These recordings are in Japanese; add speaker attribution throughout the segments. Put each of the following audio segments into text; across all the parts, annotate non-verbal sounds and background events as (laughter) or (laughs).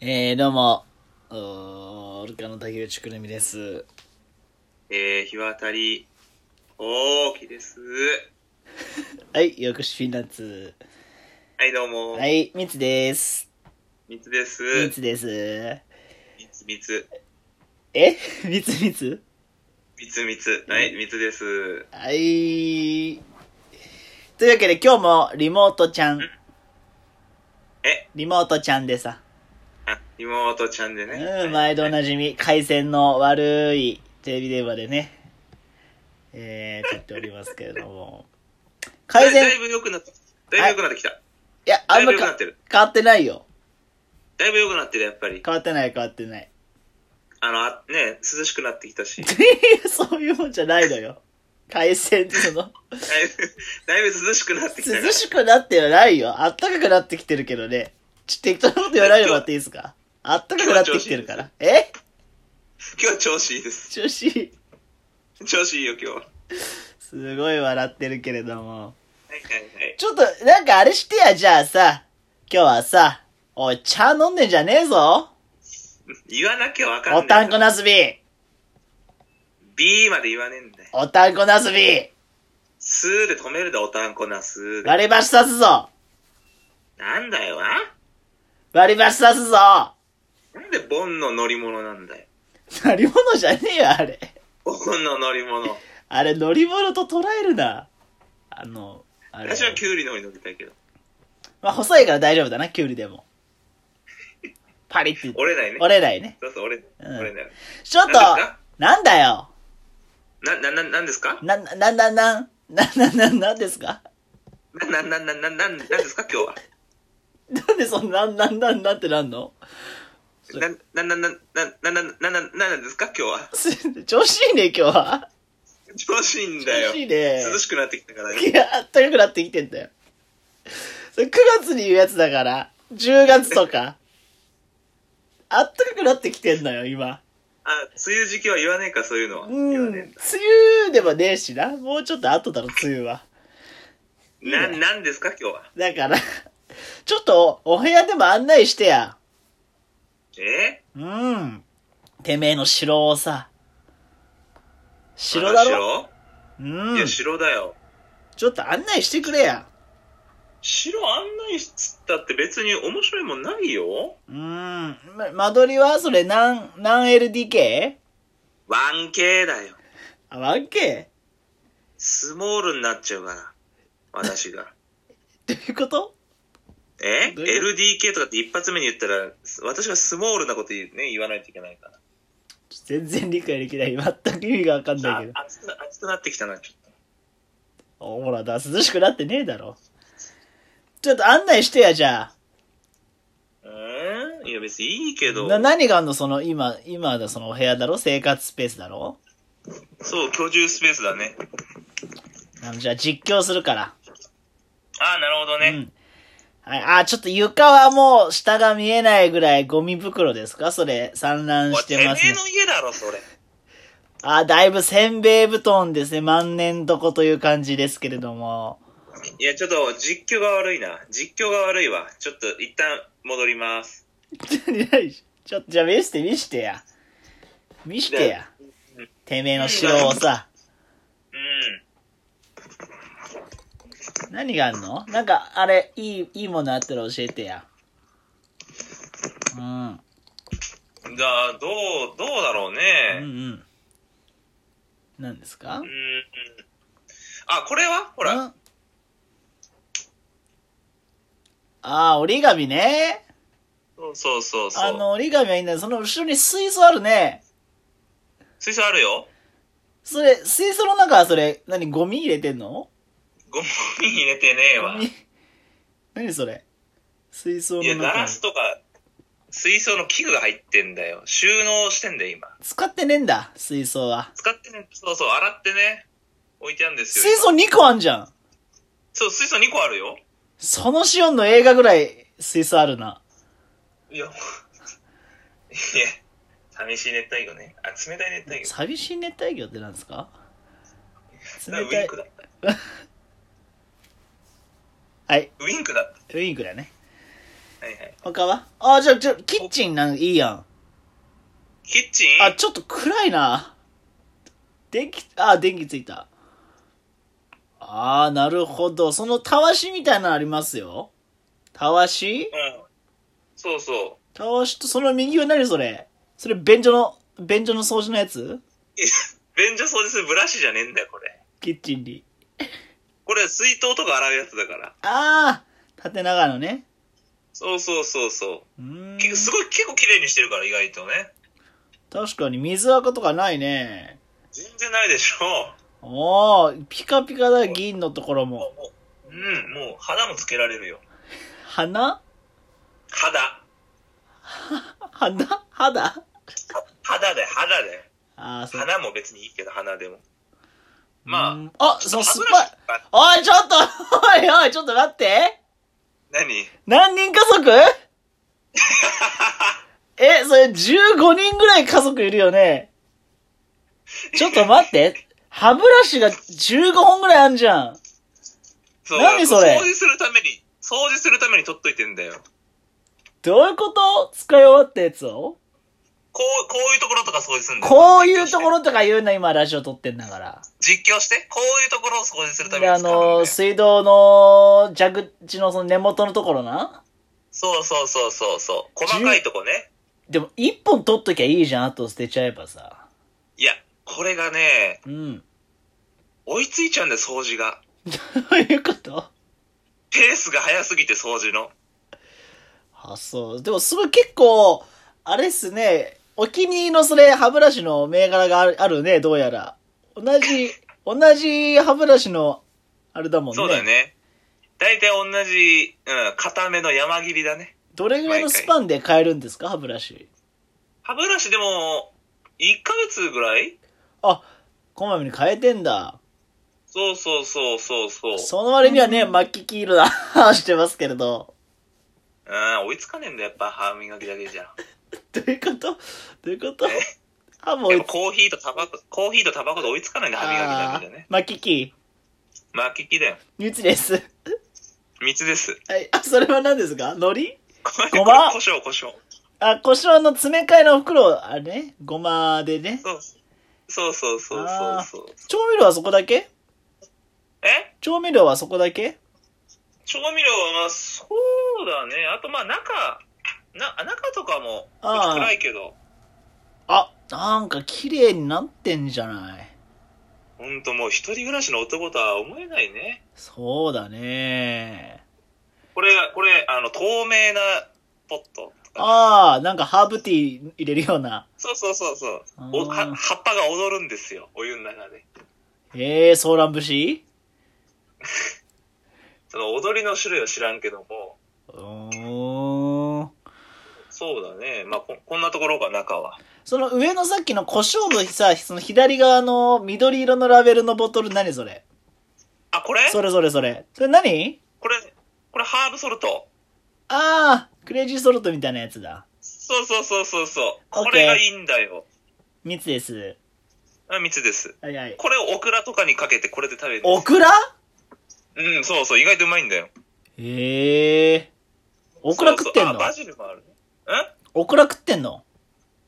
Speaker 1: えー、どうも、うーオルカの竹内くるみです。
Speaker 2: えー、日渡り、大きです。
Speaker 1: はい、よくしフィンランツ。
Speaker 2: はい、どうも。。
Speaker 1: はいい、みつです。
Speaker 2: みつです。
Speaker 1: みつです。
Speaker 2: みつ、みつ、
Speaker 1: え (laughs) みつみつ
Speaker 2: みつ、みつ。はい、みつです。
Speaker 1: はい。というわけで今日もリモートちゃん。
Speaker 2: え
Speaker 1: リモートちゃんでさ。
Speaker 2: あ、妹ちゃんでね。
Speaker 1: うん、毎度おなじみ、回線の悪いテレビ電話でね、えー、撮っておりますけれども。
Speaker 2: だ
Speaker 1: 回
Speaker 2: (laughs) いだい
Speaker 1: 線、い
Speaker 2: ぶ良くなった。だいぶ良くなってきた。
Speaker 1: や、あ
Speaker 2: だ
Speaker 1: ん
Speaker 2: い
Speaker 1: ま
Speaker 2: ぶ良くな
Speaker 1: か
Speaker 2: ってる。
Speaker 1: 変わってないよ。
Speaker 2: だいぶ良くなってる、やっぱり。
Speaker 1: 変わってない変わってない。
Speaker 2: あの、あね、涼しくなってき
Speaker 1: (laughs)
Speaker 2: たし。だい
Speaker 1: いやそういうもんじゃないのよ。回線ってその、
Speaker 2: ぶ、だいぶ涼しくなってきたから
Speaker 1: 涼しくなってはないよ。あったかくなってきてるけどね。ちょっと適当なこと言わないでもらっていいですかあったかくなってきてるから。え
Speaker 2: 今日調子いいです。
Speaker 1: 調子いい。
Speaker 2: 調子いいよ、今日は。
Speaker 1: すごい笑ってるけれども。
Speaker 2: はいはいはい。
Speaker 1: ちょっと、なんかあれしてや、じゃあさ。今日はさ、おい、茶飲んでんじゃねえぞ。
Speaker 2: 言わなきゃわかんな
Speaker 1: お
Speaker 2: い。
Speaker 1: たんこなすび。
Speaker 2: B まで言わねえんだよ。
Speaker 1: おたんこなすび。
Speaker 2: すーで止めるだ、おたんこなすーで。
Speaker 1: 割り箸刺すぞ。
Speaker 2: なんだよな。
Speaker 1: 割り箸刺すぞ。 (laughs)
Speaker 2: なんでボンの乗り物なんだよ。 (laughs)
Speaker 1: 乗り物じゃねえよ、あれ。
Speaker 2: ボンの乗り物。
Speaker 1: あれ、乗り物と捉えるな。あの、あれ。
Speaker 2: 私はキュウリの方に乗りたいけど。
Speaker 1: まあ、細いから大丈夫だな、キュウリでも。パリって。
Speaker 2: 折れないね。
Speaker 1: 折れないね。
Speaker 2: そうそう、折れ、
Speaker 1: うん
Speaker 2: 折れない。
Speaker 1: ちょっと
Speaker 2: なんですか、
Speaker 1: なんだよ。
Speaker 2: な、な、な、なんですか
Speaker 1: な、な、な、な、な、な、な、な、なんですか
Speaker 2: な、な、な、な、な、なんなんですか今日は。
Speaker 1: なんでそんな、な、な、なってなんの
Speaker 2: な、な、な、な、な、な、な、な、な、なんですか今日は。 (laughs)
Speaker 1: す調子いいね、今日は。
Speaker 2: 調子いいんだ
Speaker 1: 調
Speaker 2: よ。
Speaker 1: 子いいね。
Speaker 2: 涼しくなってきたからね。
Speaker 1: いや、あったかくなってきてんだよ。それ9月に言うやつだから、10月とか。あったかくなってきてんのよ、今。
Speaker 2: あ、梅雨時期は言わねえか、そういうのは。言
Speaker 1: う
Speaker 2: わ
Speaker 1: ん。
Speaker 2: ねえ
Speaker 1: 梅
Speaker 2: んだ
Speaker 1: 雨でもねえしな。もうちょっと後だろ、梅雨は。い
Speaker 2: な、
Speaker 1: ね
Speaker 2: なんですか今日は。
Speaker 1: だから、ちょっとお部屋でも案内してや。
Speaker 2: え
Speaker 1: うん。てめえの城をさ。城だろう
Speaker 2: あの城い
Speaker 1: ん
Speaker 2: や、。城だよ。
Speaker 1: ちょっと案内してくれや。
Speaker 2: 城案内しつったって別に面白いもんないよ。
Speaker 1: うん。ま間取りはそれ何、何 LDK?
Speaker 2: 1K だよ。
Speaker 1: あ、1K?
Speaker 2: スモールになっちゃうから。私が。
Speaker 1: どういうこと
Speaker 2: え
Speaker 1: どういう
Speaker 2: ?LDK とかって一発目に言ったら、す私がスモールなこと言,、ね、言わないといけないから。
Speaker 1: 全然理解できない。全く意味がわかんないけど。
Speaker 2: あ熱く熱くなってきたな、ちょっ
Speaker 1: ほら、だ、涼しくなってねえだろ。ちょっと案内してや、じゃあ。
Speaker 2: と。うーんいや、別にいいけど。
Speaker 1: な、何があんのその、今、今のそのお部屋だろ生活スペースだろ
Speaker 2: そう、居住スペースだね。
Speaker 1: あのじゃあ実況するから。
Speaker 2: ああ、なるほどね。
Speaker 1: うん。はい、あ、ちょっと床はもう下が見えないぐらいゴミ袋ですかそれ、散乱
Speaker 2: おい
Speaker 1: してます
Speaker 2: てめ
Speaker 1: ね
Speaker 2: え。の家だろ、それ。
Speaker 1: あ、だいぶせんべい布団ですね。万年床という感じですけれども。
Speaker 2: いや、ちょっと実況が悪いな。実況が悪いわ。ちょっと一旦戻ります。
Speaker 1: 何何ちょっと、じゃあ見して見してや。見してや。てめえの城をさ。
Speaker 2: うん。
Speaker 1: 何があんのなんか、あれ、いい、いいものあったら教えてや。うん。
Speaker 2: じゃあ、どう、どうだろうね。
Speaker 1: うんうん。何ですか
Speaker 2: うんうんあ、これはほら、
Speaker 1: んああ、折り紙ね。
Speaker 2: そうそうそうそう。
Speaker 1: あの、折り紙はいいんだけどその後ろに水槽あるね。
Speaker 2: 水槽あるよ。
Speaker 1: それ、水槽の中はそれ、何、ゴミ入れてんの
Speaker 2: ゴミ入れてねえわ
Speaker 1: ゴ。ミ何それ水槽の
Speaker 2: いや、
Speaker 1: 中に
Speaker 2: ガラスとか、水槽の器具が入ってんだよ。収納してんだよ、今。
Speaker 1: 使ってねえんだ、水槽は。
Speaker 2: 使ってね、そうそう、洗ってね、置いてあるんですよ。
Speaker 1: 水槽
Speaker 2: 今
Speaker 1: 2個あんじゃん。
Speaker 2: そう、水槽2個あるよ。
Speaker 1: そのシオンの映画ぐらい水槽あるな。
Speaker 2: いや、いや、寂しい熱帯魚ね。あ、冷たい熱帯魚。
Speaker 1: 寂しい熱帯魚ってなんですか
Speaker 2: あ
Speaker 1: 冷
Speaker 2: ウ
Speaker 1: た
Speaker 2: ィン
Speaker 1: い
Speaker 2: ク。だった。
Speaker 1: はい、
Speaker 2: ウィンクだった。
Speaker 1: ウィンクだね。
Speaker 2: はいはい。
Speaker 1: 他はあー、じゃあ、じゃあキッチンなんいいやん。
Speaker 2: キッチン
Speaker 1: あ、ちょっと暗いな。電気、あ、電気ついた。あー、なるほど。そのたわしみたいなのありますよ。たわし
Speaker 2: うん。そうそ
Speaker 1: たわしと、その右は何それそれ、便所の、便所の掃除のやつ
Speaker 2: う。便所掃除するブラシじゃねえんだよ、これ。
Speaker 1: キッチンに。
Speaker 2: これは水筒とか洗うやつだから。
Speaker 1: あー、縦長のね。
Speaker 2: そうそうそうそう
Speaker 1: ー
Speaker 2: う。
Speaker 1: ん。
Speaker 2: 結構すごい、結構綺麗にしてるから、意外とね。
Speaker 1: 確かに水垢とかないね。
Speaker 2: 全然ないでしょ。
Speaker 1: おー、ピカピカだよ、銀のところも。
Speaker 2: もう、うん、もう肌もつけられるよ。
Speaker 1: 鼻
Speaker 2: 肌。
Speaker 1: 鼻肌
Speaker 2: 肌で、肌で。
Speaker 1: あー、そう。
Speaker 2: 花も別にいいけど、花でも。
Speaker 1: う
Speaker 2: ま
Speaker 1: んあ、そ
Speaker 2: あ、
Speaker 1: の酸っ
Speaker 2: 歯ブ
Speaker 1: ぱい
Speaker 2: ラ。シあ
Speaker 1: おい、ちょっと、 (laughs) おいおい、ちょっと待って。
Speaker 2: 何
Speaker 1: 何人家族え、それ15人ぐらい家族いるよね。ちょっと待って。歯ブラシが15本ぐらいあんじゃん。
Speaker 2: そう
Speaker 1: 何それ
Speaker 2: 掃除するために、掃除するために取っといてんだよ。
Speaker 1: どういうこと使い終わったやつを
Speaker 2: こう、こういうところとか掃除するんだよ。
Speaker 1: こういうところとか言うな、今ラジオ撮ってんだから。
Speaker 2: 実況して、こういうところを掃除するため
Speaker 1: で、
Speaker 2: に
Speaker 1: あ
Speaker 2: 使うんだよ
Speaker 1: の、水道の蛇口のその根元のところな。
Speaker 2: そうそうそうそうそう。細かいとこね。
Speaker 1: でも、一本取っときゃいいじゃん、あと捨てちゃえばさ。
Speaker 2: いや、これがね、
Speaker 1: うん。
Speaker 2: 追いついちゃうんだよ、掃除が。
Speaker 1: どう (laughs) いうこと
Speaker 2: ペースが早すぎて、掃除の。
Speaker 1: あ、そう。でも、すごい結構、あれっすね。お気に入りのそれ、歯ブラシの銘柄があるあるね、どうやら。同じ、同じ歯ブラシの、あれだもんね。
Speaker 2: そうだよ。ね。大体同じ、うん、固めの山切りだね。
Speaker 1: どれぐらいのスパンで買えるんですか、歯ブラシ。
Speaker 2: 歯ブラシでも、1ヶ月ぐらい
Speaker 1: あ、こまめに変えてんだ。
Speaker 2: そうそうそうそうそう。
Speaker 1: その割にはね、巻き黄色なしてますけれど。
Speaker 2: うん、追いつかねえんだよ、やっぱ歯磨きだけ
Speaker 1: (laughs)
Speaker 2: じゃん。
Speaker 1: どういうことどういうこと
Speaker 2: え
Speaker 1: 歯も
Speaker 2: や
Speaker 1: 追
Speaker 2: っ
Speaker 1: い
Speaker 2: ぱコーヒーとタバコ、コーヒーとタバコで追いつかないんだ、歯磨きだけじゃね。
Speaker 1: 巻き黄、
Speaker 2: 巻き木だよ。
Speaker 1: ニュチです。
Speaker 2: 蜜です。
Speaker 1: はい。あ、それは何ですか海苔
Speaker 2: これ、
Speaker 1: ご
Speaker 2: (laughs) こ
Speaker 1: ま
Speaker 2: れ、胡椒、胡椒。
Speaker 1: あ、胡椒の詰め替えの袋、あれね、ごまでね。
Speaker 2: そうそうそうそうそうそう。
Speaker 1: 調味料はそこだけ
Speaker 2: え
Speaker 1: 調味料はそこだけ
Speaker 2: 調味料はまあ、そうだね。あとまあ、中、な、中とかも、こ
Speaker 1: ああ
Speaker 2: っち暗いけど、
Speaker 1: あ、なんか綺麗になってんじゃない。
Speaker 2: ほんともう一人暮らしの男とは思えないね。
Speaker 1: そうだね。
Speaker 2: これ、これ、あの、透明なポットとか。
Speaker 1: ああ、なんかハーブティー入れるような。
Speaker 2: そうそうそうそう。
Speaker 1: あ
Speaker 2: お
Speaker 1: あ
Speaker 2: は葉っぱが踊るんですよ、お湯の中で。
Speaker 1: ええー、ソーラン節
Speaker 2: その踊りの種類は知らんけども、
Speaker 1: うーん。
Speaker 2: そうだね。まあ、ここんなところが中は。
Speaker 1: その上のさっきの胡椒のさ、その左側の緑色のラベルのボトル何それ
Speaker 2: あ、これ
Speaker 1: それそれそれ。それ何
Speaker 2: これ、これハーブソルト。
Speaker 1: ああ、クレイジーソルトみたいなやつだ。
Speaker 2: そうそうそうそうそう。
Speaker 1: オッケー
Speaker 2: これがいいんだよ。
Speaker 1: 蜜です。
Speaker 2: あ、蜜です。
Speaker 1: はいはい。
Speaker 2: これをオクラとかにかけてこれで食べる。
Speaker 1: オクラ
Speaker 2: うん、そうそう、意外とうまいんだよ。
Speaker 1: ええー。オクラ食ってん
Speaker 2: そう
Speaker 1: の
Speaker 2: そうあ、バジルもあるね。ん
Speaker 1: オクラ食ってんの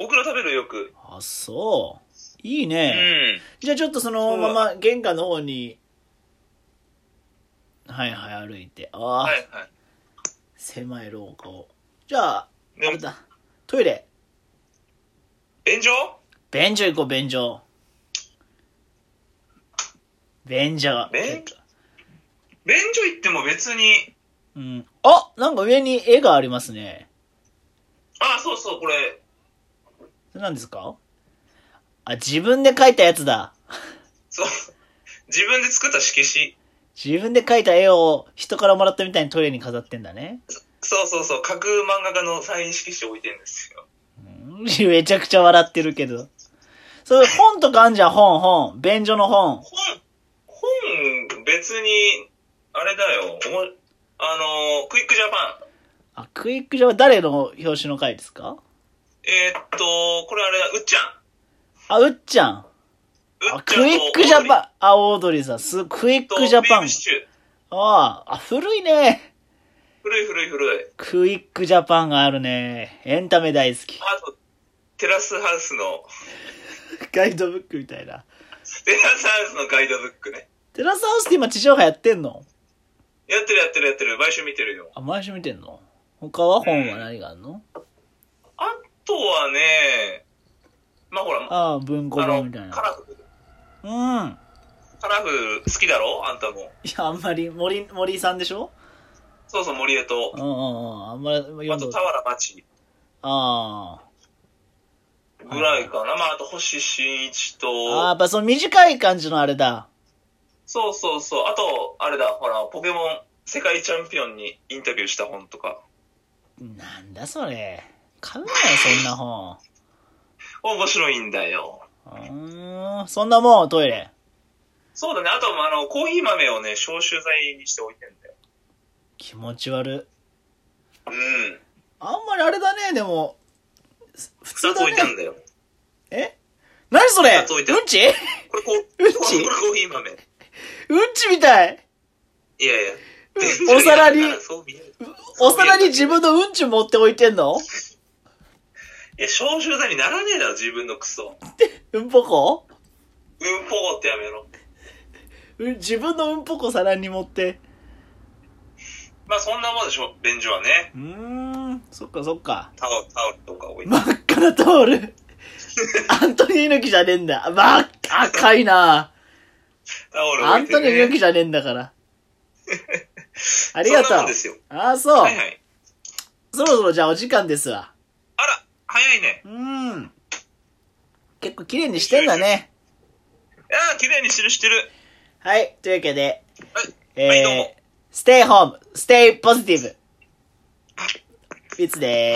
Speaker 2: オクラ食べるよく。
Speaker 1: あ、そう。いいうね。
Speaker 2: ん。
Speaker 1: じゃあちょっとそのまま玄関の方に、はいはい歩いて。ああ、
Speaker 2: はいは
Speaker 1: 狭い廊下を。じゃあ、あ
Speaker 2: い。で
Speaker 1: れ
Speaker 2: も、
Speaker 1: だ。トイレ。
Speaker 2: 便所
Speaker 1: 便所行こう、便所。便所。
Speaker 2: 便便所行っても別に、
Speaker 1: うん。あなんか上に絵がありますね。
Speaker 2: あ、そうそう、これ、
Speaker 1: それ何ですかあ、自分で描いたやつだ。
Speaker 2: そう。 (laughs) 自分で作った色紙。
Speaker 1: 自分で描いた絵を人からもらったみたいにトイレに飾ってんだね。
Speaker 2: そうそうそう、架空漫画家のサイン色紙置いてるんですよ。
Speaker 1: うんめちゃくちゃ笑ってるけど。そういう本とかあんじゃん、本、本。便所の本。
Speaker 2: 本、本、別に、あれだよ。おもあのー、クイックジャパン。
Speaker 1: あ、クイックジャは誰の表紙の回ですか
Speaker 2: えー、っと、これあれだ、うっちゃん。
Speaker 1: あ、うっちゃん。
Speaker 2: う
Speaker 1: あ、
Speaker 2: っちゃん
Speaker 1: クイックジャパ
Speaker 2: ン
Speaker 1: ン。あ、オードリーさん。す、クイッ
Speaker 2: と
Speaker 1: クジャ
Speaker 2: ビー
Speaker 1: パン
Speaker 2: フ。シチュー。
Speaker 1: ああ、あ、古いね。
Speaker 2: 古い古い古い。
Speaker 1: クイックジャパンがあるね。エンタメ大好き。 (laughs)
Speaker 2: あと、テラスハウスの、 (laughs)
Speaker 1: ガイドブックみたいな。
Speaker 2: テラスハウスのガイドブックね。
Speaker 1: テラスハウスって今地上波やってんの
Speaker 2: やってるやってるやってる。毎週見てるよ。
Speaker 1: あ、毎週見てんの他は本は何があるの
Speaker 2: あとはね、まあほら、あ
Speaker 1: ああ、文庫
Speaker 2: の
Speaker 1: 本みたい、
Speaker 2: カ
Speaker 1: な。
Speaker 2: ラフ
Speaker 1: う
Speaker 2: ル。
Speaker 1: ん。いや、
Speaker 2: カラフル好きだろあんたも。
Speaker 1: あんまり、森、森さんでしょ
Speaker 2: そうそう、森江と
Speaker 1: うん。うんうん。あんまり読
Speaker 2: あ
Speaker 1: ん
Speaker 2: と、
Speaker 1: ど
Speaker 2: 田原町
Speaker 1: ああ。
Speaker 2: ぐらいかな。まあ、あと、星新一
Speaker 1: ああ、や
Speaker 2: と
Speaker 1: っ、ぱその短い感じのあれだ。
Speaker 2: そうそうそう。あと、あれだ、ほら、ポケモン世界チャンピオンにインタビューした本とか。
Speaker 1: なんだそれ。買うなよ、そんな本。
Speaker 2: 面白いんだよ。
Speaker 1: うーん。そんなもん、トイレ。
Speaker 2: そうだね。あと、あの、コーヒー豆をね、消臭剤にして置いてんだよ。
Speaker 1: 気持ち悪い。
Speaker 2: うん。
Speaker 1: あんまりあれだね、でも。普
Speaker 2: 二
Speaker 1: 通
Speaker 2: つ置いて
Speaker 1: だ
Speaker 2: あ
Speaker 1: ね
Speaker 2: ん。だよ。
Speaker 1: え何それ
Speaker 2: 二つ置いてある
Speaker 1: うんち
Speaker 2: これこう、
Speaker 1: うんち
Speaker 2: これコーヒー豆。い
Speaker 1: うんちみたい。
Speaker 2: やいや。
Speaker 1: お皿に
Speaker 2: いやそう見える
Speaker 1: お皿に自分のうんち持って置いてんの
Speaker 2: いや、消臭剤にならねえだろ、自分のクソ。
Speaker 1: うんぽこ
Speaker 2: うんぽーってやめろ。
Speaker 1: うん自分のうんぽこ皿に持って。
Speaker 2: まあ、そんなもんでしょ、便所はね。
Speaker 1: うーん。そっかそっか。
Speaker 2: タオル、タオルとか置いて。
Speaker 1: 真っ赤なタオ
Speaker 2: (laughs)
Speaker 1: ル。アントニー猪木じゃねえんだ。真っ赤いな。
Speaker 2: タオル
Speaker 1: ア
Speaker 2: 置い
Speaker 1: ント
Speaker 2: て、
Speaker 1: ニー
Speaker 2: ね。
Speaker 1: 猪木じゃねえんだから。ありが
Speaker 2: そん
Speaker 1: と
Speaker 2: な
Speaker 1: う
Speaker 2: もんですよ。。
Speaker 1: ああ、そう、
Speaker 2: はいはい。
Speaker 1: そろそろじゃあお時間ですわ。
Speaker 2: あら、早いね。
Speaker 1: うーん。結構綺麗にしてんだね。
Speaker 2: ああ、綺麗に印してる。
Speaker 1: はい。というわけで、
Speaker 2: はい。はいどう
Speaker 1: え
Speaker 2: も
Speaker 1: ー、stay home, stay positive. いつでーす。